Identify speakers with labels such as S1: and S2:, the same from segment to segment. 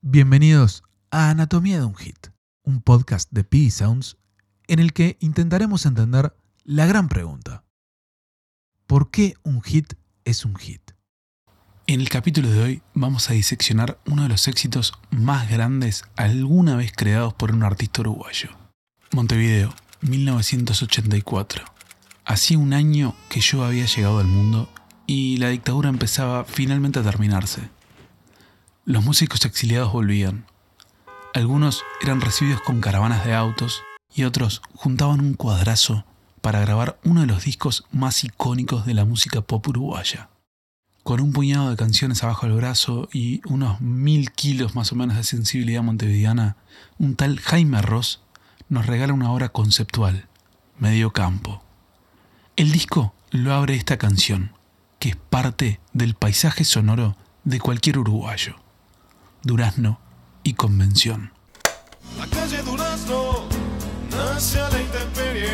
S1: Bienvenidos a Anatomía de un Hit, un podcast de PE Sounds en el que intentaremos entender la gran pregunta. ¿Por qué un hit es un hit?
S2: En el capítulo de hoy vamos a diseccionar uno de los éxitos más grandes alguna vez creados por un artista uruguayo. Montevideo, 1984. Hacía un año que yo había llegado al mundo y la dictadura empezaba finalmente a terminarse. Los músicos exiliados volvían. Algunos eran recibidos con caravanas de autos y otros juntaban un cuadrazo para grabar uno de los discos más icónicos de la música pop uruguaya. Con un puñado de canciones abajo del brazo y unos mil kilos más o menos de sensibilidad montevideana, un tal Jaime Ross nos regala una obra conceptual, Medio Campo. El disco lo abre esta canción, que es parte del paisaje sonoro de cualquier uruguayo. Durazno y Convención.
S3: La calle Durazno nace a la intemperie.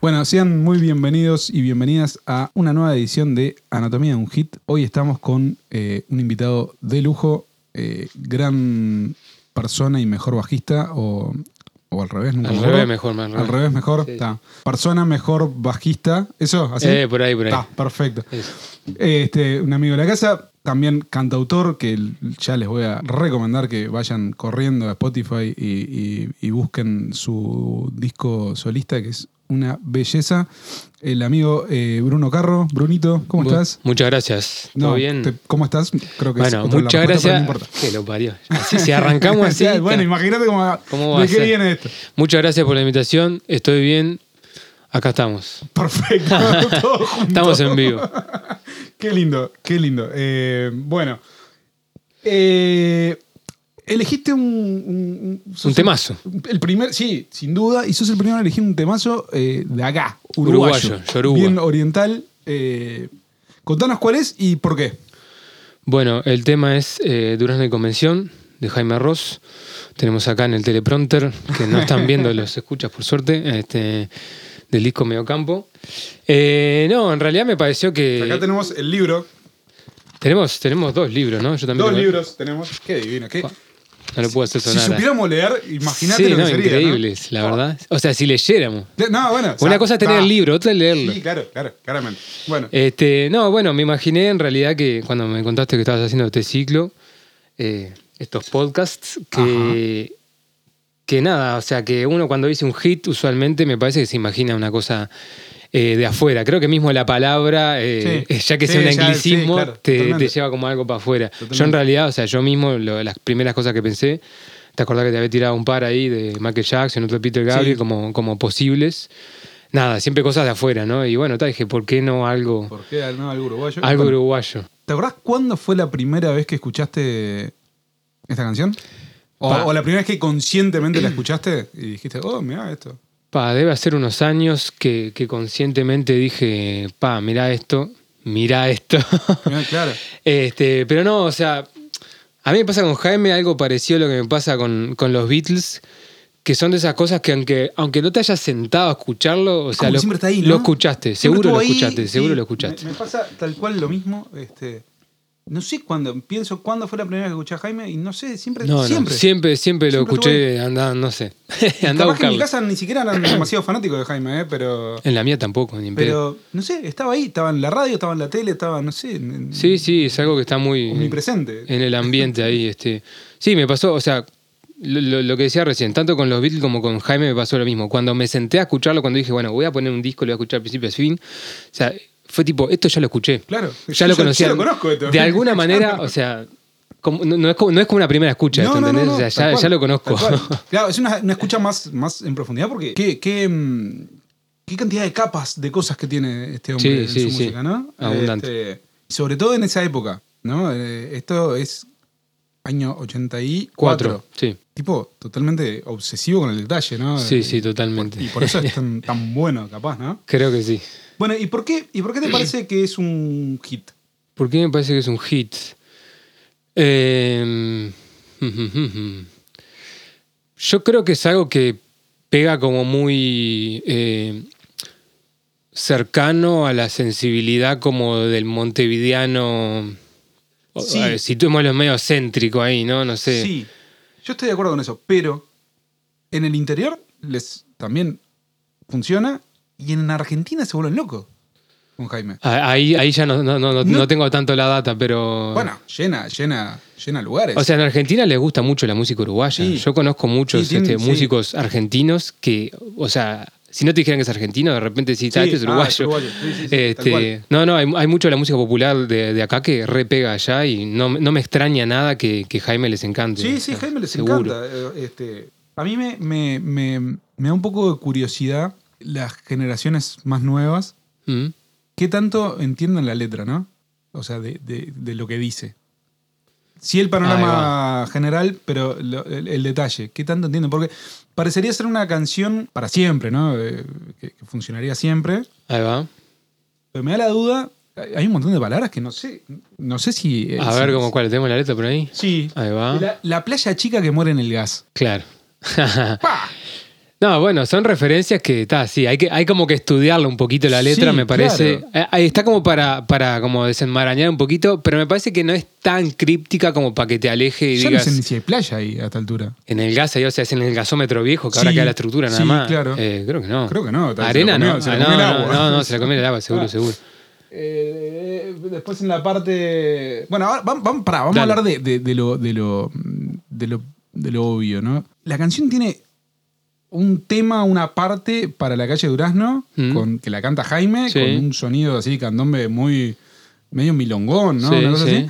S4: Bueno, sean muy bienvenidos y bienvenidas a una nueva edición de Anatomía de un Hit. Hoy estamos con eh, un invitado de lujo, eh, gran persona y mejor bajista, o, o al revés, nunca
S5: Al
S4: me acuerdo.
S5: revés mejor, man.
S4: Al revés mejor,
S5: Sí.
S4: está. Persona mejor bajista, ¿eso? ¿Así?
S5: Eh, por ahí, por ahí.
S4: Está, perfecto.
S5: Es-
S4: Este, un amigo de la casa, también cantautor, que l- ya les voy a recomendar que vayan corriendo a Spotify y, y- y busquen su disco solista, que es una belleza. El amigo eh, Bruno Carro, Brunito, ¿cómo
S5: Bu-
S4: estás?
S5: Muchas gracias. ¿Todo
S4: No,
S5: bien?
S4: te- ¿Cómo estás? Creo que es
S5: bueno,
S4: otra la respuesta,
S5: muchas
S4: pero
S5: gracias.
S4: no importa.
S5: Que lo parió. Así, si arrancamos así.
S4: Ya, bueno,
S5: ca-
S4: imagínate cómo,
S5: ¿Cómo va
S4: de
S5: a
S4: qué
S5: ser?
S4: viene esto.
S5: Muchas gracias por la invitación. Estoy bien. Acá estamos.
S4: Perfecto. todo junto.
S5: Estamos en vivo.
S4: Qué lindo, qué lindo. Eh, bueno, eh, elegiste un, un- sos
S5: Un temazo.
S4: El primer, sí, sin duda, y sos el primero en elegir un temazo eh, de acá, uruguayo,
S5: Uruguayo, Yoruba.
S4: bien oriental. eh, contanos cuál es y por qué.
S5: Bueno, el tema es eh, Durazno y Convención de Jaime Ross. Tenemos acá en el teleprompter, que no están viendo los escuchas por suerte, este, del disco Mediocampo. Eh, no, en realidad me pareció que.
S4: Acá tenemos el libro,
S5: tenemos, tenemos dos libros, ¿no? Yo también
S4: dos
S5: tengo-
S4: libros tenemos. Qué divino, qué.
S5: No lo puedo hacer
S4: Si
S5: sonar. eh.
S4: supiéramos leer, imagínate
S5: sí,
S4: lo que
S5: no,
S4: sería. ¿no?
S5: increíbles, la verdad. O sea, si leyéramos.
S4: No, bueno. o sea,
S5: Una cosa es tener
S4: está.
S5: el libro, otra es leerlo.
S4: Sí, claro, claro, claramente. Bueno,
S5: Este, no, bueno, me imaginé en realidad que cuando me contaste que estabas haciendo este ciclo, eh, estos podcasts, que, que nada, o sea, que uno cuando dice un hit, usualmente me parece que se imagina una cosa eh, de afuera. Creo que mismo la palabra, eh,
S4: Sí.
S5: ya que
S4: Sí,
S5: sea un
S4: ya, sí,
S5: anglicismo,
S4: claro,
S5: te- te,
S4: totalmente.
S5: lleva como algo para afuera. Yo en
S4: Totalmente.
S5: realidad, o sea, yo mismo, lo- las primeras cosas que pensé, te acordás que te había tirado un par ahí de Michael Jackson, otro de Peter Gabriel,
S4: Sí.
S5: como, como posibles. Nada, siempre cosas de afuera, ¿no? Y bueno, ta, dije, ¿por qué no algo,
S4: ¿por qué no algo uruguayo?
S5: algo
S4: Bueno,
S5: uruguayo?
S4: ¿Te acordás cuándo fue la primera vez que escuchaste esta canción? O,
S5: Pa.
S4: o la primera vez que conscientemente la escuchaste y dijiste, oh, mirá esto.
S5: Pa, debe hacer unos años que, que conscientemente dije, pa, mirá esto, mirá esto.
S4: Mirá, claro.
S5: Este, pero no, o sea, a mí me pasa con Jaime algo parecido a lo que me pasa con, con los Beatles, que son de esas cosas que aunque, aunque no te hayas sentado a escucharlo, o sea,
S4: Como que
S5: lo,
S4: siempre está ahí, ¿no?
S5: lo escuchaste,
S4: Siempre
S5: seguro
S4: estuvo
S5: lo
S4: ahí,
S5: escuchaste,
S4: sí.
S5: seguro lo escuchaste.
S4: Me, me pasa tal cual lo mismo. Este, no sé cuándo, pienso cuándo fue la primera vez que escuché a Jaime y no sé, siempre,
S5: No, no,
S4: siempre.
S5: siempre, siempre, lo
S4: Siempre
S5: escuché, andá, no sé, andá a
S4: Capaz que en mi
S5: buscarlo.
S4: casa ni siquiera eran demasiado fanáticos de Jaime, eh, pero...
S5: En la mía tampoco, ni en pedo.
S4: Pero, no sé, estaba ahí, estaba en la radio, estaba en la tele, estaba, no sé, en- en-
S5: Sí, sí, es algo que está muy...
S4: omnipresente.
S5: en el ambiente ahí. Este. Sí, me pasó, o sea, lo, lo- lo que decía recién, tanto con los Beatles como con Jaime me pasó lo mismo. Cuando me senté a escucharlo, cuando dije, bueno, voy a poner un disco, lo voy a escuchar principio a fin, o sea, fue tipo, esto ya lo escuché.
S4: Claro,
S5: ya
S4: yo
S5: lo
S4: ya-
S5: conocía.
S4: yo lo conozco esto.
S5: De alguna manera, o sea, como- no, no es como, no es como una primera escucha, esto, ¿entendés? o sea,
S4: tal
S5: ya,
S4: cual,
S5: ya lo conozco.
S4: tal cual. Claro, es una, una escucha más, más en profundidad porque qué, qué, mm, qué cantidad de capas de cosas que tiene este hombre
S5: Sí,
S4: en
S5: sí,
S4: su
S5: sí.
S4: música, ¿no?
S5: Abundante.
S4: Este, sobre todo en esa época, ¿no? Eh, esto es año 84.
S5: Cuatro, sí,
S4: Tipo, totalmente obsesivo con el detalle, ¿no? Eh,
S5: sí, sí,
S4: Y
S5: totalmente.
S4: por eso es tan, tan bueno, capaz, ¿no?
S5: Creo que sí.
S4: Bueno, ¿y por qué, y por qué te parece que es un hit?
S5: ¿Por qué me parece que es un hit? Eh, yo creo que es algo que pega como muy eh, cercano a la sensibilidad como del montevideano O-
S4: Sí.
S5: a ver, situemos los medios céntrico ahí, ¿no? No sé.
S4: Sí, yo estoy de acuerdo con eso, pero en el interior les también funciona y en Argentina se vuelven locos con Jaime.
S5: A- Ahí, ahí ya no, no, no, no-
S4: No.
S5: no tengo tanto la data, pero.
S4: Bueno, llena, llena, llena lugares.
S5: O sea, en Argentina les gusta mucho la música uruguaya.
S4: Sí.
S5: Yo conozco muchos
S4: Sí, tienen-
S5: este,
S4: sí.
S5: músicos argentinos que, o sea, si no te dijeran que es argentino, de repente decís, ah,
S4: Sí,
S5: este es
S4: ah,
S5: uruguayo.
S4: es uruguayo. Sí, sí, sí, tal
S5: Este,
S4: cual.
S5: no, no, hay, hay mucho de la música popular de, de acá que repega allá y no, no me extraña nada que, que Jaime les encante.
S4: Sí, sí,
S5: O sea,
S4: Jaime les
S5: seguro.
S4: encanta. eh, Este, a mí me, me- me- me da un poco de curiosidad las generaciones más nuevas,
S5: Mm.
S4: qué tanto entienden la letra, ¿no? O sea, de, de- de lo que dice. Sí el panorama general, pero lo- el, el detalle, qué tanto entienden. Porque parecería ser una canción para siempre, ¿no? Eh, que- que funcionaría siempre.
S5: Ahí va.
S4: Pero me da la duda, hay hay un montón de palabras que no sé, no sé si... eh,
S5: A
S4: si-
S5: ver cómo cuál, tenemos la letra por ahí.
S4: Sí.
S5: Ahí va.
S4: La, la playa chica que muere en el gas.
S5: Claro.
S4: ¡Pah!
S5: No, bueno, son referencias que está, sí, hay que, hay como que estudiarla un poquito la letra,
S4: Sí,
S5: me parece. Eh, ahí Está como para, para como desenmarañar un poquito, pero me parece que no es tan críptica como para que te aleje y
S4: Ya no
S5: digas.
S4: sé ni si hay playa ahí a esta altura.
S5: En el gas, ahí, o sea, es en el gasómetro viejo que ahora
S4: Sí,
S5: queda la estructura nada
S4: sí,
S5: más.
S4: claro.
S5: Eh, creo que no.
S4: Creo que no, tal vez
S5: Arena
S4: se lo
S5: no.
S4: comió- se lo
S5: Ah,
S4: comió el
S5: no, no,
S4: agua.
S5: no, no, se la comió el agua, seguro,
S4: Ah.
S5: seguro.
S4: Eh, después en la parte... Bueno, ahora vamos, vamos, pará, vamos a
S5: Dale.
S4: hablar de, de- de lo, de, lo, de, lo, de lo obvio, ¿no? La canción tiene un tema, una parte para la calle Durazno,
S5: Mm.
S4: con, que la canta Jaime,
S5: Sí.
S4: con un sonido así, candombe muy... medio milongón, ¿no?
S5: Sí,
S4: Una cosa
S5: sí.
S4: así.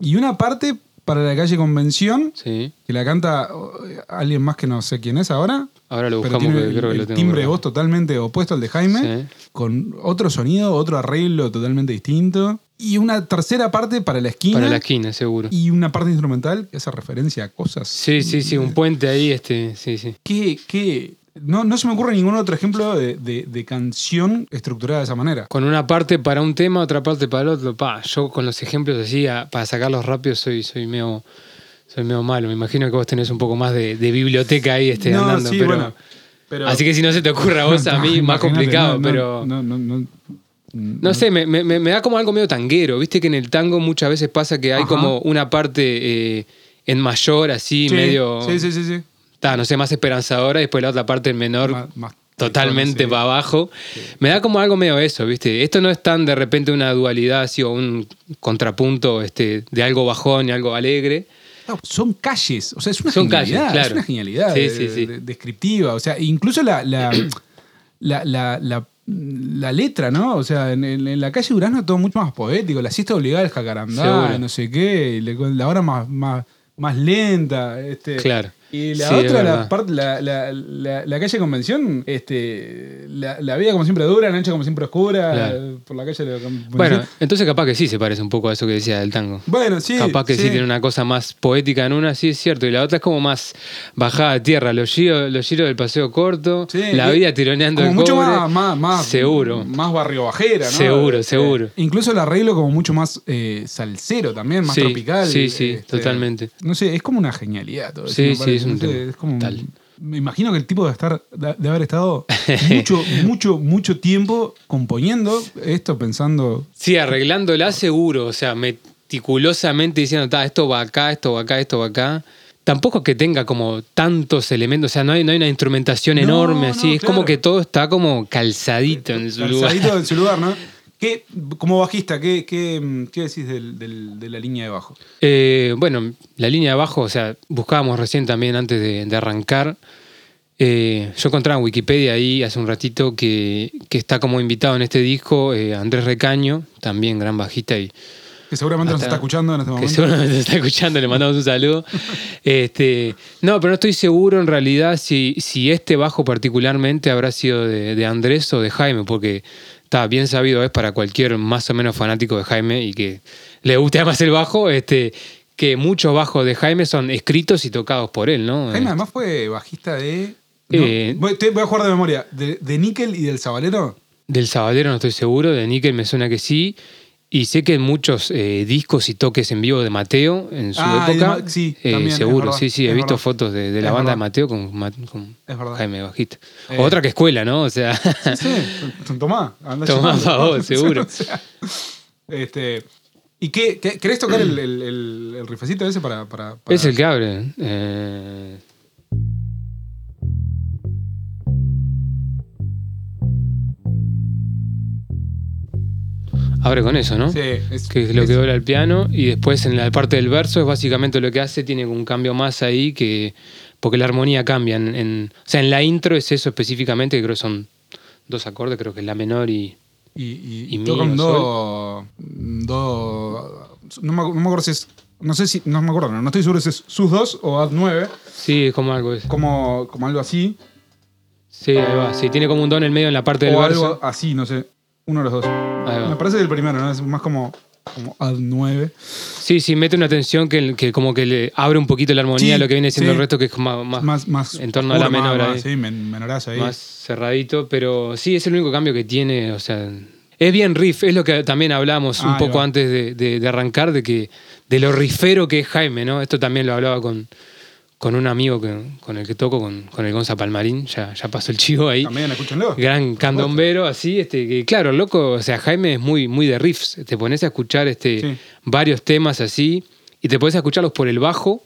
S4: Y una parte para la calle Convención,
S5: Sí.
S4: que la canta oh, alguien más que no sé quién es ahora.
S5: Ahora lo
S4: Pero tiene
S5: buscamos, que
S4: el,
S5: creo que
S4: el
S5: lo tengo.
S4: timbre de
S5: guardado.
S4: voz totalmente opuesto al de Jaime,
S5: Sí.
S4: con otro sonido, otro arreglo totalmente distinto. Y una tercera parte para la esquina.
S5: Para la esquina, seguro.
S4: Y una parte instrumental que hace referencia a cosas.
S5: Sí, sí, sí, un puente ahí, este, sí, sí.
S4: Que, que- no, no se me ocurre ningún otro ejemplo de, de- de canción estructurada de esa manera.
S5: Con una parte para un tema, otra parte para el otro. Pa, yo con los ejemplos así, a- para sacarlos rápido, soy, soy medio. Soy medio malo, me imagino que vos tenés un poco más de, de biblioteca ahí este,
S4: No,
S5: andando.
S4: sí,
S5: pero,
S4: bueno, pero-
S5: Así que si no se te ocurre a vos, a mí, más
S4: Imagínate,
S5: complicado,
S4: no, no,
S5: pero.
S4: No, no, no.
S5: No sé, me, me- me- me da como algo medio tanguero. Viste que en el tango muchas veces pasa que hay
S4: Ajá.
S5: como una parte eh, en mayor, así,
S4: Sí,
S5: medio.
S4: Sí, sí, sí. sí.
S5: ta, no sé, más esperanzadora, y después la otra parte en menor,
S4: Más- más-
S5: totalmente
S4: sí.
S5: para abajo. Me da como algo medio eso, ¿viste? Esto no es tan de repente una dualidad así o un contrapunto este, de algo bajón y algo alegre.
S4: No, son calles, o sea, es una
S5: Son calles,
S4: genialidad.
S5: claro.
S4: Es una genialidad
S5: Sí,
S4: de-
S5: sí, sí.
S4: de- descriptiva. O sea, incluso la, la, la, la- la- la letra, ¿no? O sea, en, en- en la calle Urano todo mucho más poético. La siesta obligada del jacarandá,
S5: Seguro.
S4: no sé qué, y la, la hora más, más, más lenta. Este,
S5: Claro.
S4: Y la
S5: Sí, es
S4: otra,
S5: verdad.
S4: la, parte- la, la- la- la calle Convención, este, la, la vida como siempre dura, la noche como siempre oscura,
S5: Claro.
S4: por la calle de la Convención.
S5: Bueno, entonces capaz que sí se parece un poco a eso que decía del tango.
S4: Bueno, sí.
S5: capaz que sí. tiene una cosa más poética en una, sí es cierto, y la otra es como más bajada a tierra, los giros, los giros del paseo corto,
S4: Sí,
S5: la
S4: y-
S5: vida tironeando
S4: como
S5: el
S4: mucho
S5: cobre.
S4: más, más, más-
S5: seguro.
S4: más barrio bajera ¿no?
S5: Seguro,
S4: Eh,
S5: seguro.
S4: incluso el arreglo como mucho más eh, salsero también más
S5: Sí,
S4: tropical
S5: sí, sí,
S4: este,
S5: totalmente.
S4: no sé es como una genialidad todo eso,
S5: Sí,
S4: me
S5: sí,
S4: parece,
S5: es un
S4: no sé,
S5: tema.
S4: es como
S5: Tal.
S4: me imagino que el tipo de estar de haber estado mucho mucho mucho tiempo componiendo esto pensando
S5: Sí, arreglándola seguro, o sea, meticulosamente diciendo, "Ta, esto va acá, esto va acá, esto va acá. Tampoco que tenga como tantos elementos, o sea, no hay, no hay una instrumentación
S4: No, no,
S5: enorme así, es
S4: claro.
S5: como que todo está como calzadito en su
S4: eh, calzadito
S5: lugar.
S4: en su lugar no ¿Qué, como bajista qué, qué, qué decís del- del- de la línea de bajo
S5: Eh, bueno, la línea de abajo, o sea, buscábamos recién también antes de, de arrancar. Eh, yo encontraba en Wikipedia ahí hace un ratito que, que está como invitado en este disco eh, Andrés Recaño, también gran bajista y,
S4: que seguramente nos
S5: Hasta-
S4: está escuchando en este
S5: que
S4: momento
S5: seguramente está escuchando, le mandamos un saludo. Este, no, pero no estoy seguro en realidad si, si este bajo particularmente habrá sido de, de Andrés o de Jaime, porque está bien sabido, es para cualquier más o menos fanático de Jaime y que le guste además el bajo, este, que muchos bajos de Jaime son escritos y tocados por él, ¿no?
S4: Jaime además fue bajista de. no,
S5: Eh,
S4: voy, te- voy a jugar de memoria. De, de Nickel y del Sabalero.
S5: Del Sabadero no estoy seguro, de Nickel me suena que sí. Y sé que en muchos eh, discos y toques en vivo de Mateo, en su
S4: Ah, y de
S5: época,
S4: Ma- sí,
S5: eh,
S4: también, es
S5: seguro,
S4: verdad,
S5: sí, sí, he
S4: es
S5: visto
S4: verdad.
S5: fotos de, de la
S4: Es
S5: banda de
S4: verdad.
S5: Mateo con, Ma- con
S4: Es verdad.
S5: Jaime Bajita.
S4: Eh.
S5: Otra que escuela, ¿no? O sea,
S4: Sí, t- t- tomá. Anda
S5: Tomá
S4: llevando.
S5: pa' vos, seguro.
S4: O sea, este, ¿Y qué, qué- querés tocar el, el, el- el rifecito ese para, para- para-
S5: Es el que abre. eh, Abre con eso, ¿no?
S4: Sí, es,
S5: que es lo
S4: es-
S5: que dobla el piano y después en la parte del verso es básicamente lo que hace tiene un cambio más ahí que porque la armonía cambia en, en- o sea en la intro es eso específicamente que creo que son dos acordes creo que es la menor y
S4: Y, y,
S5: y mi
S4: toca un do,
S5: o
S4: do- No me, acu- no me acuerdo si es. No sé si. No me acuerdo, no, no estoy seguro si es sus dos o ad 9,
S5: sí es como algo es-
S4: como, como algo así.
S5: sí ahí va sí tiene como un don en el medio en la parte del
S4: o
S5: verso
S4: algo así, no sé. Uno de los dos.
S5: Ahí va.
S4: Me parece que el primero, ¿no? Es más como, como ad 9.
S5: sí sí mete una tensión que, que como que le abre un poquito la armonía
S4: Sí,
S5: a lo que viene siendo
S4: sí.
S5: el resto que es más, más-
S4: Más, más
S5: en torno a la
S4: oscuro, más-
S5: menor
S4: más-
S5: ahí.
S4: Sí, men- menorazo ahí.
S5: más cerradito, pero sí, es el único cambio que tiene, o sea, es bien riff, es lo que también hablamos
S4: Ah,
S5: un
S4: ahí
S5: poco
S4: va.
S5: antes de, de- de arrancar, de que de lo rifero que es Jaime, ¿no? Esto también lo hablaba con, con un amigo que, con el que toco, con, con el Gonza Palmarín, ya, ya pasó el chivo ahí.
S4: También, escúchenlo.
S5: Gran candombero, así, este, que claro, loco, o sea, Jaime es muy, muy de riffs. Te pones a escuchar este,
S4: Sí.
S5: varios temas así y te pones a escucharlos por el bajo.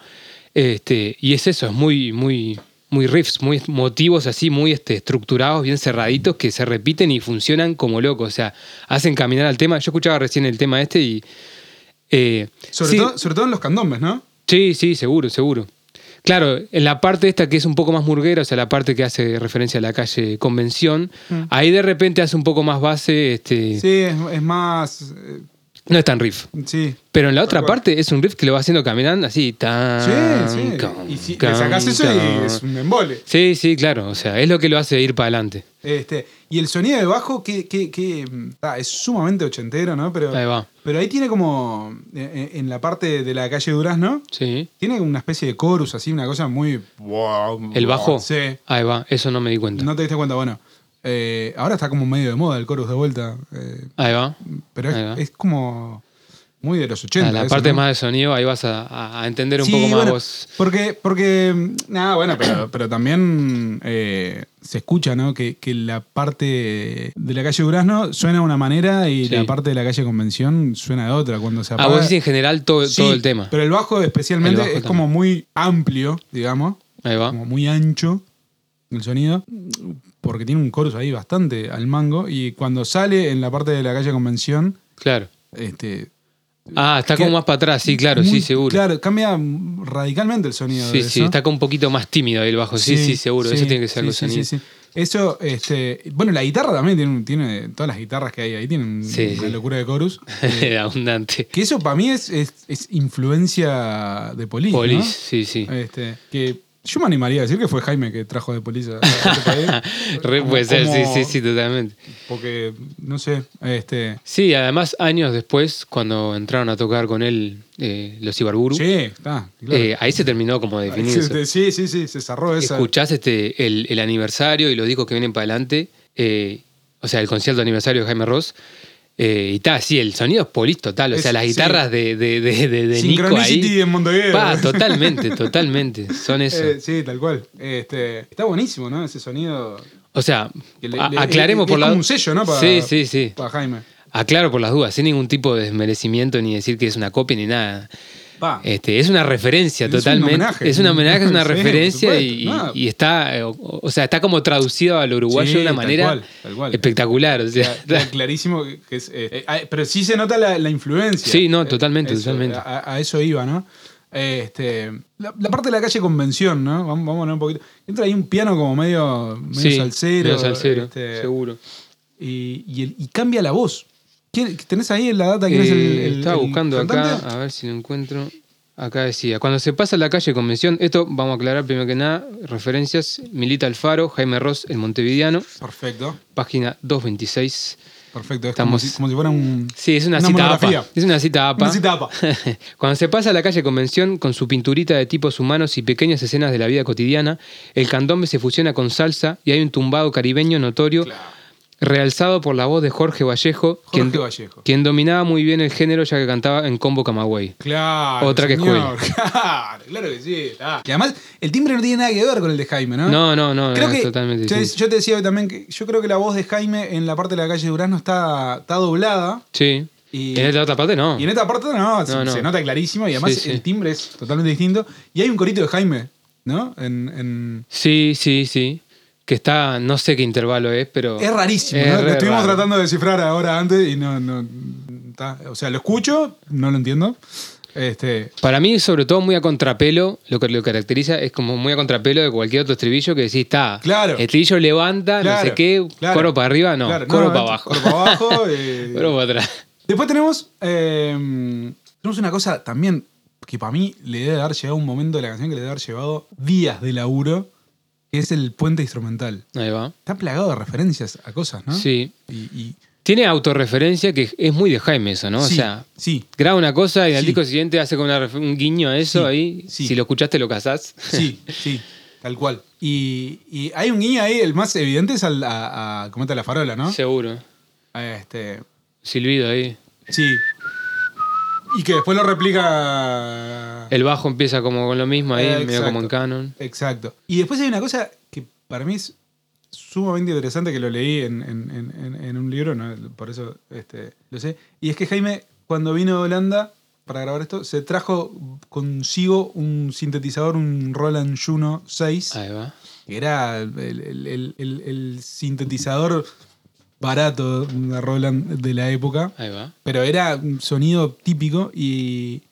S5: Este, y es eso, es muy, muy, muy riffs, muy motivos así, muy este, estructurados, bien cerraditos, que se repiten y funcionan como loco. O sea, hacen caminar al tema. Yo escuchaba recién el tema este y. eh,
S4: Sobre,
S5: sí,
S4: todo, sobre todo en los candombes, ¿no?
S5: Sí, sí, seguro, seguro. Claro, en la parte esta que es un poco más murguera, o sea, la parte que hace referencia a la calle Convención, ahí de repente hace un poco más base, este,
S4: Mm. Sí, es, es más. eh,
S5: no es tan riff.
S4: sí.
S5: Pero en la otra
S4: Tal cual.
S5: parte es un riff que lo va haciendo caminando así, tan...
S4: Sí, sí.
S5: can,
S4: y si le
S5: can,
S4: sacás eso
S5: can.
S4: y es un embole.
S5: Sí, sí, claro, o sea, es lo que lo hace ir para adelante.
S4: Este, y el sonido de bajo, que, que, que, mm, ah, es sumamente ochentero, ¿no? Pero,
S5: Ahí va.
S4: pero ahí tiene como. eh, En la parte de la calle Durazno,
S5: Sí.
S4: tiene una especie de chorus así, una cosa muy.
S5: ¿El bajo?
S4: Sí.
S5: Ahí va, eso no me di cuenta.
S4: No te diste cuenta, bueno. eh, ahora está como medio de moda el chorus de vuelta. eh,
S5: Ahí va.
S4: pero
S5: Ahí va.
S4: es, es como. Muy de los 80.
S5: Ah, la
S4: eso,
S5: parte
S4: ¿no?
S5: más de sonido, ahí vas a- a, a entender un
S4: Sí,
S5: poco más
S4: bueno,
S5: vos.
S4: Porque, porque mm, nada, bueno, pero, pero también eh, se escucha, ¿no? Que, que la parte de la calle Durazno suena de una manera y
S5: Sí.
S4: la parte de la calle Convención suena de otra cuando se
S5: A
S4: apaga.
S5: vos decís en general todo,
S4: Sí,
S5: todo el tema.
S4: Pero el bajo especialmente
S5: El bajo
S4: es como muy amplio, digamos,
S5: Ahí va.
S4: como muy ancho el sonido, porque tiene un chorus ahí bastante al mango y cuando sale en la parte de la calle Convención,
S5: Claro.
S4: este...
S5: Ah, está como
S4: Que-
S5: más para atrás, sí, claro,
S4: muy-
S5: sí, seguro.
S4: Claro, cambia radicalmente el sonido.
S5: sí,
S4: de
S5: sí,
S4: eso.
S5: está como un poquito más tímido ahí el bajo, sí, sí, seguro,
S4: sí,
S5: eso tiene que ser
S4: sí,
S5: algo
S4: sí,
S5: sonido.
S4: sí, sí. Eso, este, bueno, la guitarra también tiene, un- tiene todas las guitarras que hay ahí, tienen
S5: Sí,
S4: una
S5: sí.
S4: locura de chorus.
S5: Abundante.
S4: Que eso para mí es, es, es influencia de Police. ¿no?
S5: Polis, sí, sí.
S4: Este, que yo me animaría a decir que fue Jaime que trajo de Police a, a este país.
S5: Re
S4: Como-
S5: puede ser, sí,
S4: como-
S5: sí, sí, totalmente.
S4: Porque, no sé, este.
S5: Sí, además, años después, cuando entraron a tocar con él eh, los Ibarburu,
S4: Sí, está, claro.
S5: eh, ahí se terminó como de definir. eso.
S4: Sí, sí, sí, sí, se cerró esa.
S5: Escuchás este, el, el aniversario y los discos que vienen para adelante, eh, o sea, el concierto de aniversario de Jaime Ross. eh, y está, sí, el sonido es polis total. O
S4: Es-
S5: sea, las
S4: sí.
S5: guitarras de, de, de, de, de Nico
S4: Synchronicity
S5: ahí.
S4: en Montevideo.
S5: Pa, totalmente, totalmente. Son eso.
S4: Eh, sí, tal cual. Este, está buenísimo, ¿no? Ese sonido.
S5: O sea,
S4: Que le-
S5: a-
S4: le-
S5: aclaremos
S4: es-
S5: por
S4: es
S5: la-
S4: como un sello, ¿no? Para-
S5: sí, sí, sí.
S4: Para Jaime.
S5: Aclaro por las dudas, sin ningún tipo de desmerecimiento ni decir que es una copia ni nada.
S4: Va.
S5: Este, es una referencia
S4: Es un
S5: totalmente.
S4: homenaje.
S5: Es un homenaje, es una
S4: Sí,
S5: referencia
S4: por
S5: y,
S4: supuesto,
S5: y- y está, eh, o, o sea, está como traducido al uruguayo
S4: Sí,
S5: de una
S4: tal
S5: manera
S4: cual, tal cual.
S5: espectacular. o sea,
S4: Queda- queda clarísimo que que es. eh, eh, ah, pero sí se nota la, la influencia.
S5: Sí, no,
S4: Eh,
S5: totalmente,
S4: eso,
S5: totalmente.
S4: A, a eso iba, ¿no? Eh, Este, la, la parte de la calle Convención, ¿no? Vamos, vamos a hablar un poquito. Entra ahí un piano como medio, medio
S5: sí,
S4: salsero.
S5: medio salsero,
S4: este,
S5: seguro.
S4: y, y el- y cambia la voz. ¿Quién- ¿Tenés ahí la data? ¿Quién es el,
S5: Eh,
S4: el-
S5: estaba
S4: el
S5: buscando acá,
S4: cantante?
S5: a ver si lo encuentro. Acá decía, cuando se pasa la calle Convención, esto vamos a aclarar primero que nada, referencias, Milita Alfaro, Jaime Ross, el Montevideano,
S4: Perfecto,
S5: página 226.
S4: perfecto. Es como
S5: Estamos-
S4: si, como si fuera un.
S5: Sí, es una,
S4: Una
S5: cita
S4: monografía.
S5: APA. Es una cita APA.
S4: Una cita APA.
S5: Cuando se pasa a la calle Convención, con su pinturita de tipos humanos y pequeñas escenas de la vida cotidiana, el candombe se fusiona con salsa y hay un tumbado caribeño notorio, realzado por la voz de Jorge Vallejo,
S4: Jorge
S5: quien,
S4: Vallejo.
S5: quien dominaba muy bien el género ya que cantaba en combo camagüey.
S4: Claro.
S5: Otra que
S4: señor. Claro, claro que sí. está. Que además el timbre no tiene nada que ver con el de Jaime, ¿no?
S5: No, no, no,
S4: Creo
S5: no,
S4: que,
S5: es totalmente
S4: yo,
S5: distinto.
S4: yo te decía también que yo creo que la voz de Jaime en la parte de la calle Durazno está, está doblada
S5: Sí,
S4: Y,
S5: En esta otra parte no.
S4: y en esta parte no, se,
S5: No, no.
S4: se nota clarísimo y además
S5: Sí, sí.
S4: el timbre es totalmente distinto. Y hay un corito de Jaime, ¿no? En, en-
S5: Sí, sí, sí. Que está, no sé qué intervalo es, pero.
S4: Es rarísimo,
S5: Es
S4: ¿no? Lo
S5: re
S4: estuvimos
S5: raro.
S4: tratando de descifrar ahora antes y no... no está- o sea, lo escucho, no lo entiendo. Este,
S5: Para mí, sobre todo, muy a contrapelo, lo que lo caracteriza es como muy a contrapelo de cualquier otro estribillo que decís, está,
S4: Claro.
S5: estribillo levanta, no sé
S4: Claro,
S5: qué,
S4: claro.
S5: coro para arriba, no,
S4: Claro,
S5: coro
S4: no,
S5: para
S4: no,
S5: abajo.
S4: Coro para abajo. eh,
S5: Coro para atrás.
S4: Después tenemos. eh, tenemos una cosa también que para mí le debe haber llegado un momento de la canción que le debe haber llevado días de laburo, que es el puente instrumental.
S5: Ahí va.
S4: Está plagado de referencias a cosas, ¿no?
S5: Sí.
S4: Y, y-
S5: Tiene autorreferencia que es muy de Jaime eso, ¿no?
S4: sí,
S5: o sea,
S4: sí,
S5: graba una cosa y al
S4: Sí.
S5: disco siguiente hace como una ref- un guiño a eso
S4: Sí,
S5: ahí.
S4: sí.
S5: Si lo escuchaste, lo casás.
S4: sí, sí, tal cual. Y, y hay un guiño ahí, el más evidente es al, a, a Cometa de la Farola, ¿no?
S5: Seguro.
S4: A Este,
S5: Silbido ahí.
S4: sí. Y que después lo replica.
S5: El bajo empieza como con lo mismo ahí,
S4: Eh,
S5: medio
S4: exacto.
S5: como en canon.
S4: Exacto. Y después hay una cosa que para mí es sumamente interesante que lo leí en, en- en- en- en un libro, ¿no? por eso este, lo sé. Y es que Jaime, cuando vino a Holanda para grabar esto, se trajo consigo un sintetizador, un Roland Juno 6,
S5: Ahí va.
S4: que era el, el- el- el- el sintetizador barato de Roland de la época.
S5: Ahí va.
S4: Pero era un sonido típico y,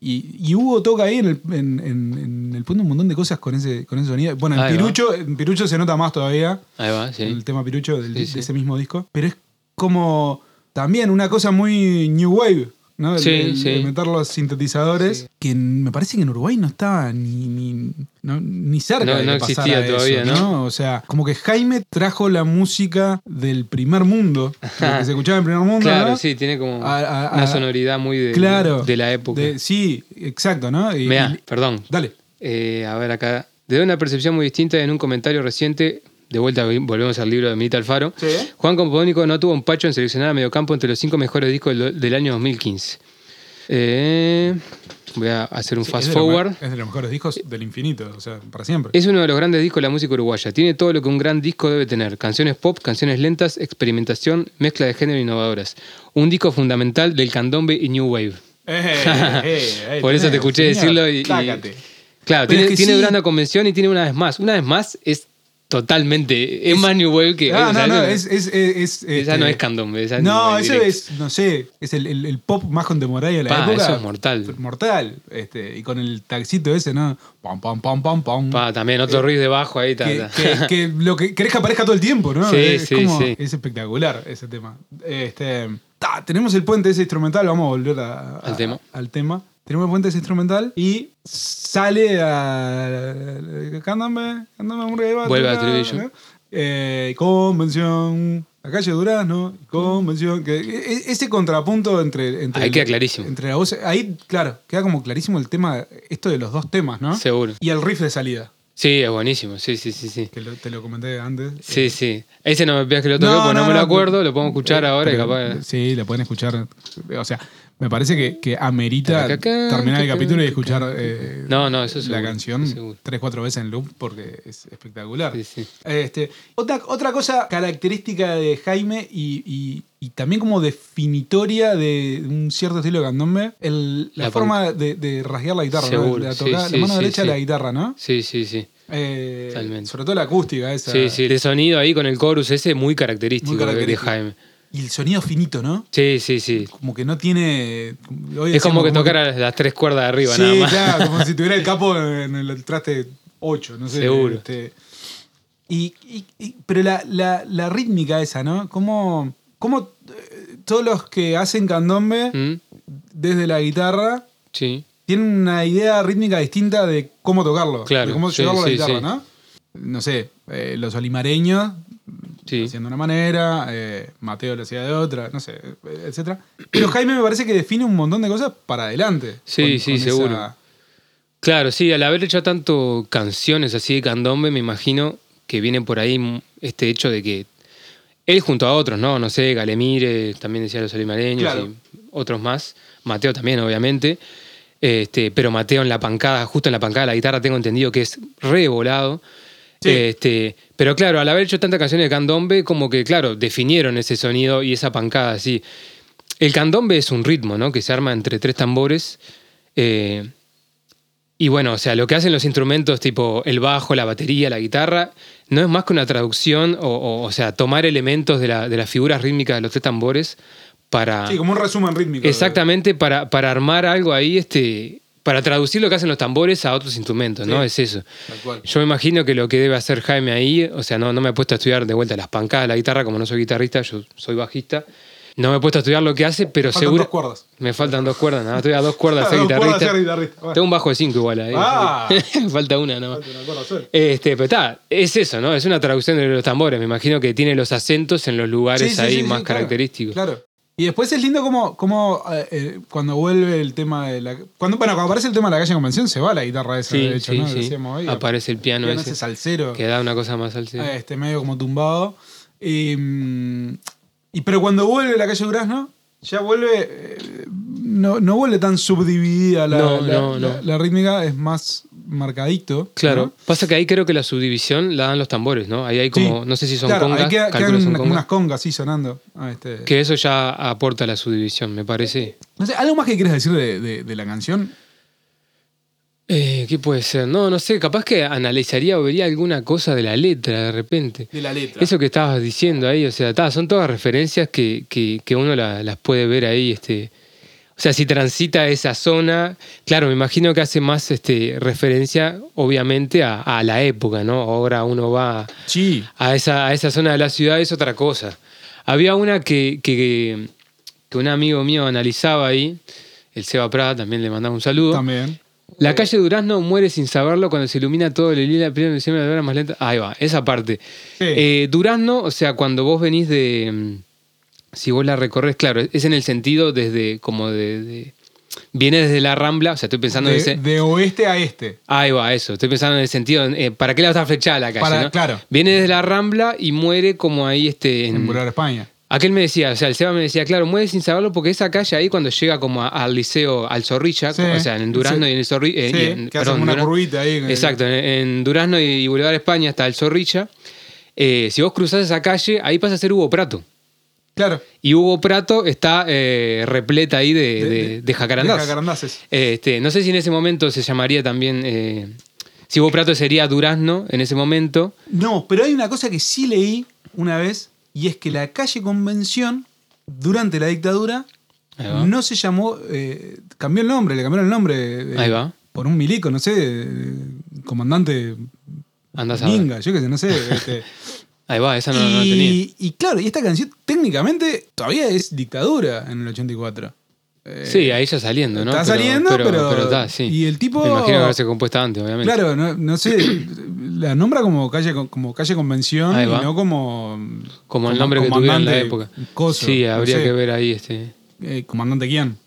S4: y, y Hugo toca ahí en el, en, en- en el punto un montón de cosas con ese, con ese sonido. Bueno, en
S5: Ahí va.
S4: Pirucho, en Pirucho se nota más todavía,
S5: Ahí va,
S4: en
S5: sí.
S4: el tema Pirucho del-
S5: Sí, sí.
S4: de ese mismo disco. Pero es como también una cosa muy New Wave, ¿no? El-
S5: Sí,
S4: el-
S5: sí.
S4: el meter los sintetizadores, que en- me parece que en Uruguay no estaba ni, ni, no- ni cerca
S5: No-
S4: de
S5: no
S4: que pasara
S5: existía
S4: eso,
S5: todavía, ¿no?
S4: O sea, como que Jaime trajo la música del primer mundo, lo que se escuchaba en el primer mundo.
S5: Claro,
S4: ¿no?
S5: sí, tiene como
S4: A- a-
S5: una
S4: a-
S5: sonoridad muy de,
S4: claro,
S5: de la época.
S4: de- sí, exacto, ¿no? Y-
S5: Mirá,
S4: y-
S5: perdón.
S4: dale.
S5: Eh, a ver acá. Te doy una percepción muy distinta en un comentario reciente. De vuelta vi- volvemos al libro de Milita Alfaro. Juan Compodónico no tuvo un pacho en seleccionar a mediocampo entre los cinco mejores discos del, del año 2015. Eh, voy a hacer un fast
S4: es de los
S5: forward.
S4: me- es de los mejores discos del infinito, o sea, para siempre.
S5: Es uno de los grandes discos de la música uruguaya. Tiene todo lo que un gran disco debe tener. Canciones pop, canciones lentas, experimentación, mezcla de género innovadoras. Un disco fundamental del candombe y New Wave.
S4: Eh, eh, eh,
S5: Por eso
S4: tenés,
S5: te escuché
S4: señor.
S5: decirlo y... y-
S4: Tácate.
S5: claro,
S4: Pero
S5: tiene,
S4: es que sí.
S5: tiene una convención y tiene una vez más. Una vez más es totalmente... Es,
S4: Es-
S5: más New Wave que...
S4: Ah,
S5: o
S4: no,
S5: sea,
S4: no,
S5: eso-
S4: es, es, es, es,
S5: esa no
S4: este,
S5: es candombe. Esa
S4: No,
S5: es
S4: eso
S5: New Wave directo.
S4: es, no sé, es el, el- el pop más contemporáneo de la
S5: Pa,
S4: época.
S5: eso es mortal.
S4: Mortal, este, y con el taxito ese, ¿no? Pam, pam, pam, pam, pam.
S5: Pa, también otro riff debajo ahí. ta,
S4: Eh, que,
S5: ta.
S4: que- que lo que querés que aparezca todo el tiempo, ¿no?
S5: Sí,
S4: es,
S5: sí, sí.
S4: es espectacular ese tema. Este, ta, tenemos el puente ese instrumental, vamos a volver a- a-
S5: Al tema.
S4: al tema. Tenemos el puente ese instrumental y sale a... Cándame, cándame un regalo.
S5: Vuelve al estribillo.
S4: Eh, convención, la calle Durazno, convención. Que, e- e- ese contrapunto entre... entre
S5: Ahí
S4: el-
S5: queda clarísimo.
S4: Entre la voz, ahí, claro, queda como clarísimo el tema, esto de los dos temas, ¿no?
S5: Seguro.
S4: Y el riff de salida.
S5: Sí, es buenísimo. Sí, sí, sí, sí.
S4: Que lo- te lo comenté antes.
S5: Sí, sí. Ese no me pidas que lo toque porque no, me lo acuerdo. Lo podemos escuchar
S4: Eh,
S5: ahora y
S4: pero,
S5: capaz...
S4: eh, Sí, lo pueden escuchar. O sea, me parece que, que amerita
S5: Taracacán,
S4: terminar el
S5: tacán,
S4: capítulo y
S5: tacán,
S4: escuchar eh,
S5: No, no, eso
S4: la
S5: seguro,
S4: canción
S5: eso seguro.
S4: tres, cuatro veces en loop porque es espectacular.
S5: Sí, sí.
S4: Este, otra, otra cosa característica de Jaime y, y- y también como definitoria de un cierto estilo de candombe, el- la,
S5: La
S4: forma de, de rasguear la guitarra, ¿no?
S5: Seguro,
S4: la,
S5: sí,
S4: tocar-
S5: sí,
S4: la mano
S5: sí,
S4: derecha de la
S5: sí.
S4: guitarra, ¿no?
S5: Sí, sí, sí.
S4: Eh,
S5: Totalmente.
S4: sobre todo la acústica esa.
S5: Sí, sí, el sonido ahí con el chorus ese muy característico, eh,
S4: Muy característico.
S5: de Jaime.
S4: Y el sonido finito, ¿no?
S5: Sí, sí, sí.
S4: como que no tiene. hoy
S5: es como
S4: decimos
S5: que tocara las tres cuerdas de arriba
S4: sí,
S5: nada más.
S4: claro, como si tuviera el capo en el traste 8, no sé.
S5: Seguro.
S4: este. y, y- y- pero la, la- la rítmica esa, ¿no? Como, como eh, todos los que hacen candombe
S5: Mm,
S4: desde la guitarra
S5: Sí,
S4: tienen una idea rítmica distinta de cómo tocarlo,
S5: Claro,
S4: de cómo
S5: sí,
S4: llevarlo a la
S5: sí,
S4: guitarra,
S5: sí.
S4: ¿no? No sé, eh, los olimareños
S5: sí.
S4: haciendo de una manera, eh, Mateo lo hacía de otra, no sé, etcétera. Pero Jaime me parece que define un montón de cosas para adelante.
S5: Sí, sí, seguro. Claro, sí, al haber hecho tanto canciones así de candombe, me imagino que viene por ahí m- este hecho de que él junto a otros, ¿no? No sé, Galemire, también decía los olimareños
S4: Claro.
S5: y otros más. Mateo también, obviamente. Este, pero Mateo en la pancada, justo en la pancada de la guitarra, tengo entendido que es re volado.
S4: Sí.
S5: Este, pero claro, al haber hecho tantas canciones de candombe, como que, claro, definieron ese sonido y esa pancada así. El candombe es un ritmo, ¿no? Que se arma entre tres tambores. eh, y bueno, o sea, lo que hacen los instrumentos tipo el bajo, la batería, la guitarra, no es más que una traducción, o, o, o sea, tomar elementos de, la- de las figuras rítmicas de los tres tambores para...
S4: Sí, como un resumen rítmico.
S5: Exactamente, para, para armar algo ahí, este, para traducir lo que hacen los tambores a otros instrumentos, ¿no? Es eso.
S4: Tal cual.
S5: Yo me imagino que lo que debe hacer Jaime ahí, o sea, no, no me he puesto a estudiar de vuelta las pancadas de la guitarra, como no soy guitarrista, yo soy bajista. No me he puesto a estudiar lo que hace, pero
S4: Faltan
S5: seguro.
S4: dos cuerdas.
S5: Me faltan dos cuerdas, nada, estoy a dos cuerdas
S4: Ah,
S5: de ser
S4: dos cuerdas de
S5: guitarrista.
S4: ser guitarrista, bueno.
S5: Tengo un bajo de cinco igual ahí.
S4: Ah.
S5: Falta una nada más.
S4: Falta una cuerda sola.
S5: Este, pero está, es eso, ¿no? Es una traducción de los tambores. Me imagino que tiene los acentos en los lugares
S4: Sí, sí,
S5: ahí
S4: sí, sí,
S5: más
S4: claro,
S5: característicos.
S4: Claro. Y después es lindo como, como eh, eh, cuando vuelve el tema de la. Cuando, bueno, cuando aparece el tema de la calle convención se va la guitarra esa,
S5: Sí,
S4: de hecho,
S5: sí,
S4: ¿no?
S5: sí.
S4: Decíamos hoy.
S5: Aparece el piano,
S4: Piano
S5: ese,
S4: ese salsero.
S5: que da una cosa más al sí.
S4: eh, Este medio como tumbado. Y, mm, y pero cuando vuelve la calle Durazno, ya vuelve. eh, no, no vuelve tan subdividida la,
S5: No,
S4: la-
S5: no, no.
S4: la- la rítmica, es más marcadito.
S5: Claro,
S4: ¿no?
S5: pasa que ahí creo que la subdivisión la dan los tambores, ¿no? Ahí hay como,
S4: Sí.
S5: no sé si son
S4: Claro, ahí
S5: congas,
S4: queda-
S5: calculo
S4: quedan
S5: son
S4: unas-
S5: congas,
S4: unas congas, sí, sonando. Ah, este-
S5: que eso ya aporta a la subdivisión, me parece.
S4: No sé, ¿Algo más que quieres decir de, de- de la canción?
S5: Eh, ¿Qué puede ser? No, no sé, capaz que analizaría o vería alguna cosa de la letra de repente.
S4: De la letra.
S5: Eso que estabas diciendo ahí, o sea, ta, son todas referencias que, que- que uno la- las puede ver ahí, este. O sea, si transita esa zona, claro, me imagino que hace más este, referencia, obviamente, a, a la época, ¿no? Ahora uno va
S4: Sí.
S5: a esa, a esa zona de la ciudad es otra cosa. Había una que, que, que un amigo mío analizaba ahí, el Seba Prada, también le mandaba un saludo.
S4: También.
S5: La calle Durazno muere sin saberlo cuando se ilumina todo el lila primero de diciembre, la hora más lenta. Ahí va, esa parte.
S4: Sí.
S5: Eh, Durazno, o sea, cuando vos venís de. mm, Si vos la recorres, claro, es en el sentido desde como de. de- viene desde la rambla, o sea, estoy pensando en
S4: De,
S5: ese.
S4: de oeste a este.
S5: Ahí va, eso. Estoy pensando en el sentido. eh, ¿Para qué la está flechada la calle?
S4: Para-
S5: no?
S4: claro.
S5: Viene desde la Rambla y muere como ahí este.
S4: En Boulevard España.
S5: Aquel me decía, o sea, el Seba me decía, claro, muere sin saberlo porque esa calle ahí cuando llega como a- al liceo, al Zorrilla,
S4: Sí.
S5: o sea, en Durazno
S4: Sí.
S5: y en el Zorrilla. eh,
S4: Sí,
S5: y en-
S4: que hacen
S5: perdón,
S4: una
S5: Durazno-
S4: curvita ahí.
S5: Exacto, en, en Durazno y, y Boulevard España hasta el Zorrilla. eh, si vos cruzás esa calle, ahí pasa a ser Hugo Prato.
S4: Claro.
S5: Y Hugo Prato está eh, repleta ahí de, de, de jacarandás.
S4: de jacarandaces.
S5: Este, no sé si en ese momento se llamaría también. eh, si Hugo Prato sería Durazno en ese momento.
S4: No, pero hay una cosa que sí leí una vez y es que la calle Convención, durante la dictadura,
S5: Ahí va.
S4: no se llamó. eh, cambió el nombre, le cambiaron el nombre. eh,
S5: Ahí va.
S4: Por un milico, no sé, eh, comandante
S5: Andás a ver.
S4: Minga, yo qué sé, no sé. este.
S5: Ahí va, esa no, no la tenía.
S4: y, y claro, y esta canción técnicamente todavía es dictadura en el 84. Eh,
S5: Sí, ahí ya saliendo, ¿no?
S4: Está saliendo, pero-
S5: está, sí.
S4: y el tipo-
S5: Me imagino haberse compuesta antes, obviamente.
S4: Claro, no, no sé, la nombra como calle, como calle convención
S5: Ahí
S4: y
S5: va.
S4: no como...
S5: Como el nombre que tuvieron en la
S4: comandante
S5: época.
S4: coso,
S5: sí,
S4: no
S5: habría
S4: sé,
S5: que ver ahí este.
S4: eh, comandante Kian.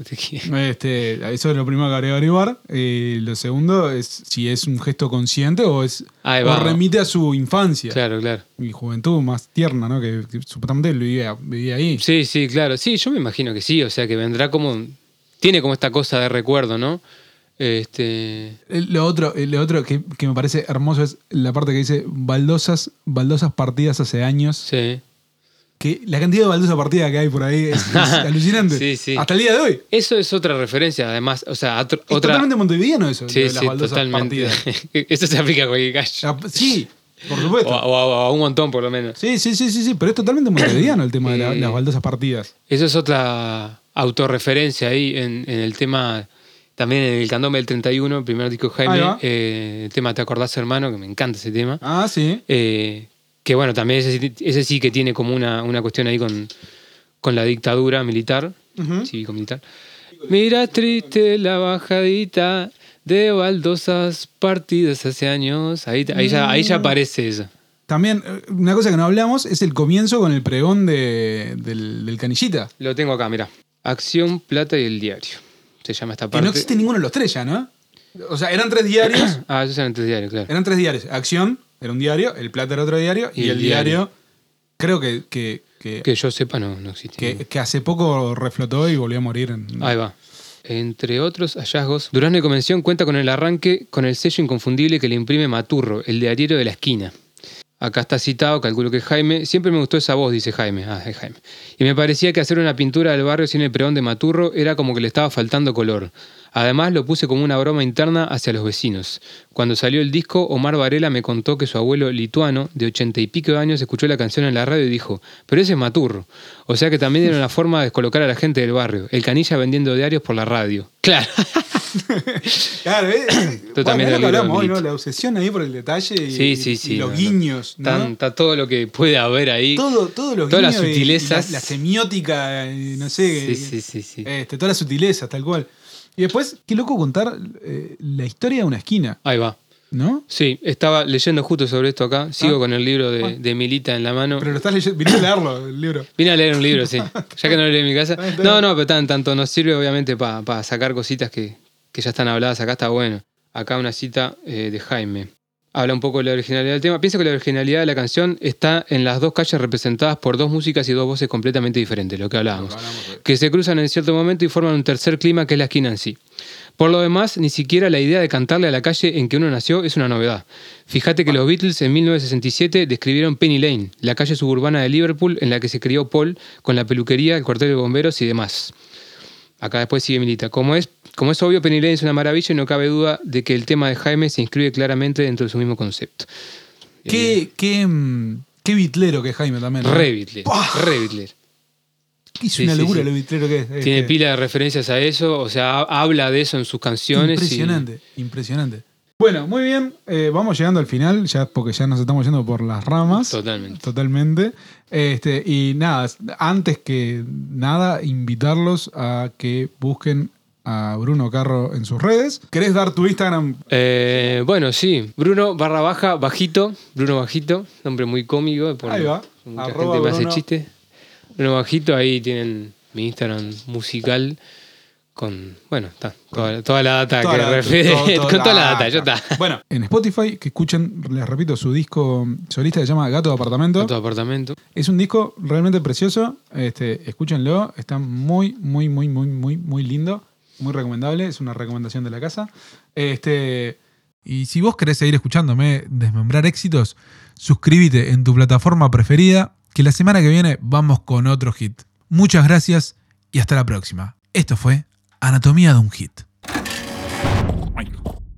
S4: Este, eso es lo primero que habría que averiguar. Eh, lo segundo es si es un gesto consciente o es
S5: Ahí
S4: o
S5: va.
S4: remite a su infancia
S5: Claro, claro.
S4: y juventud más tierna, ¿no? Que, que supuestamente lo vivía, vivía ahí.
S5: Sí, sí, claro. Sí, yo me imagino que sí, o sea que vendrá como. Tiene como esta cosa de recuerdo, ¿no? Este.
S4: Eh, Lo otro, eh, lo otro que, que me parece hermoso es la parte que dice baldosas, baldosas partidas hace años.
S5: Sí.
S4: Que la cantidad de baldosas partidas que hay por ahí es, es alucinante.
S5: Sí, sí.
S4: Hasta el día de hoy.
S5: Eso es otra referencia, además. O sea, atro-
S4: Es
S5: otra.
S4: totalmente montevideano eso. lo
S5: sí,
S4: de las
S5: sí,
S4: baldosas
S5: totalmente.
S4: partidas.
S5: Eso se aplica a cualquier calle.
S4: Ya, sí, por
S5: O,
S4: supuesto.
S5: a- o a- o a un montón, por lo menos.
S4: Sí, sí, sí, sí, sí, pero es totalmente montevideano el tema de la-
S5: Eh.
S4: las baldosas partidas.
S5: Eso es otra autorreferencia ahí en, en el tema. También en el Candombe del 31, el primer disco de
S4: Ahí
S5: Jaime.
S4: va.
S5: eh, el tema Te acordás, hermano, que me encanta ese tema.
S4: Ah, sí.
S5: Eh, que bueno, también ese, sí- ese sí que tiene como una, una cuestión ahí con, con la dictadura militar, cívico-militar. Mira triste la bajadita de baldosas partidas hace años. Ahí, ahí, ya, ahí ya
S4: Mm.
S5: aparece eso.
S4: También, eh, una cosa que no hablamos es el comienzo con el pregón de- del, del canillita.
S5: Lo tengo acá, mira. Acción, Plata y el Diario. Se llama esta
S4: Que
S5: parte.
S4: no existe ninguno de los tres ya, ¿no? O sea, eran tres diarios.
S5: Ah, eso es antes diario, claro.
S4: Eran tres diarios. Acción era un diario, El Plata era otro diario y, el, diario, creo que, que, que,
S5: Que yo sepa, no, no existe.
S4: Eh, que- que hace poco reflotó y volvió a morir. en-
S5: Ahí va. Entre otros hallazgos, Durazno y Convención cuenta con el arranque con el sello inconfundible que le imprime Maturro, el diario de la esquina. Acá está citado, calculo que es Jaime. Siempre me gustó esa voz, dice Jaime. Ah, es Jaime. Y me parecía que hacer una pintura del barrio sin el peón de Maturro era como que le estaba faltando color. Además, lo puse como una broma interna hacia los vecinos. Cuando salió el disco, Omar Varela me contó que su abuelo lituano, de ochenta y pico de años, escuchó la canción en la radio y dijo: Pero ese es Maturro. O sea que también era una forma de descolocar a la gente del barrio. El canilla vendiendo diarios por la radio. Claro.
S4: Claro, ¿eh? Bueno,
S5: también
S4: es lo
S5: del
S4: que
S5: libro,
S4: hablamos hoy, ¿no?
S5: Milito.
S4: La obsesión ahí por el detalle y,
S5: Sí, sí, sí,
S4: y los
S5: no, no.
S4: guiños, ¿no?
S5: Tan- Está todo lo que puede haber ahí.
S4: todo, todos los
S5: todas las
S4: guiños y- y
S5: sutilezas.
S4: la, la semiótica, eh, no sé.
S5: Sí,
S4: eh,
S5: sí, sí, sí.
S4: este, todas las sutilezas, tal cual. Y después, qué loco contar eh, la historia de una esquina,
S5: Ahí va.
S4: ¿no?
S5: Sí, estaba leyendo justo sobre esto acá. Sigo
S4: Ah.
S5: con el libro de,
S4: Bueno.
S5: de Milita en la mano.
S4: Pero lo estás leyendo, viniste a leerlo, el libro.
S5: Vine a leer un libro, sí. Ya que no lo leí en mi casa.
S4: Está bien, está
S5: No,
S4: bien.
S5: no, pero tan, tanto nos sirve obviamente para sacar cositas que, que ya están habladas. Acá está bueno. Acá una cita eh, de Jaime. Habla un poco de la originalidad del tema. Pienso que la originalidad de la canción está en las dos calles representadas por dos músicas y dos voces completamente diferentes, lo que hablábamos. Que se cruzan en cierto momento y forman un tercer clima que es la esquina en sí. Por lo demás, ni siquiera la idea de cantarle a la calle en que uno nació es una novedad. Fíjate que los Beatles en 1967 describieron Penny Lane, la calle suburbana de Liverpool en la que se crió Paul, con la peluquería, el cuartel de bomberos y demás. Acá después sigue Milita. Como es, como es obvio, Penny Lane es una maravilla y no cabe duda de que el tema de Jaime se inscribe claramente dentro de su mismo concepto. Eh,
S4: Qué, qué, mm, qué bitlero que es Jaime también. ¿no?
S5: Re Beatles,
S4: ¡Pah!
S5: re Beatles.
S4: Qué Es
S5: Sí,
S4: una
S5: sí,
S4: locura
S5: sí.
S4: lo bitlero que es.
S5: Tiene
S4: este.
S5: pila de referencias a eso, o sea, ha- habla de eso en sus canciones. y-
S4: Impresionante, impresionante. Bueno, muy bien, eh, vamos llegando al final, ya porque ya nos estamos yendo por las ramas.
S5: Totalmente.
S4: Totalmente. Este, y nada, antes que nada, invitarlos a que busquen a Bruno Carro en sus redes. ¿Querés dar tu Instagram?
S5: Eh, bueno, sí. Bruno barra baja, bajito. Bruno bajito. Nombre muy cómico. eh, por-
S4: Ahí va.
S5: Mucha
S4: Arroba
S5: gente me hace
S4: Bruno.
S5: chiste. Bruno bajito, ahí tienen mi Instagram musical. Con, bueno, está. Toda, toda la data
S4: Toda
S5: que
S4: la-
S5: refiere.
S4: todo- todo-
S5: con toda la
S4: ah,
S5: data, ya está.
S4: Bueno, en Spotify, que escuchen, les repito, su disco solista que se llama Gato de Apartamento.
S5: En tu apartamento.
S4: Es un disco realmente precioso. Este, escúchenlo. Está muy, muy, muy, muy, muy, muy lindo. Muy recomendable. Es una recomendación de la casa. Este,
S1: Y si vos querés seguir escuchándome desmembrar éxitos, suscríbete en tu plataforma preferida, que la semana que viene vamos con otro hit. Muchas gracias y hasta la próxima. Esto fue Anatomía de un Hit.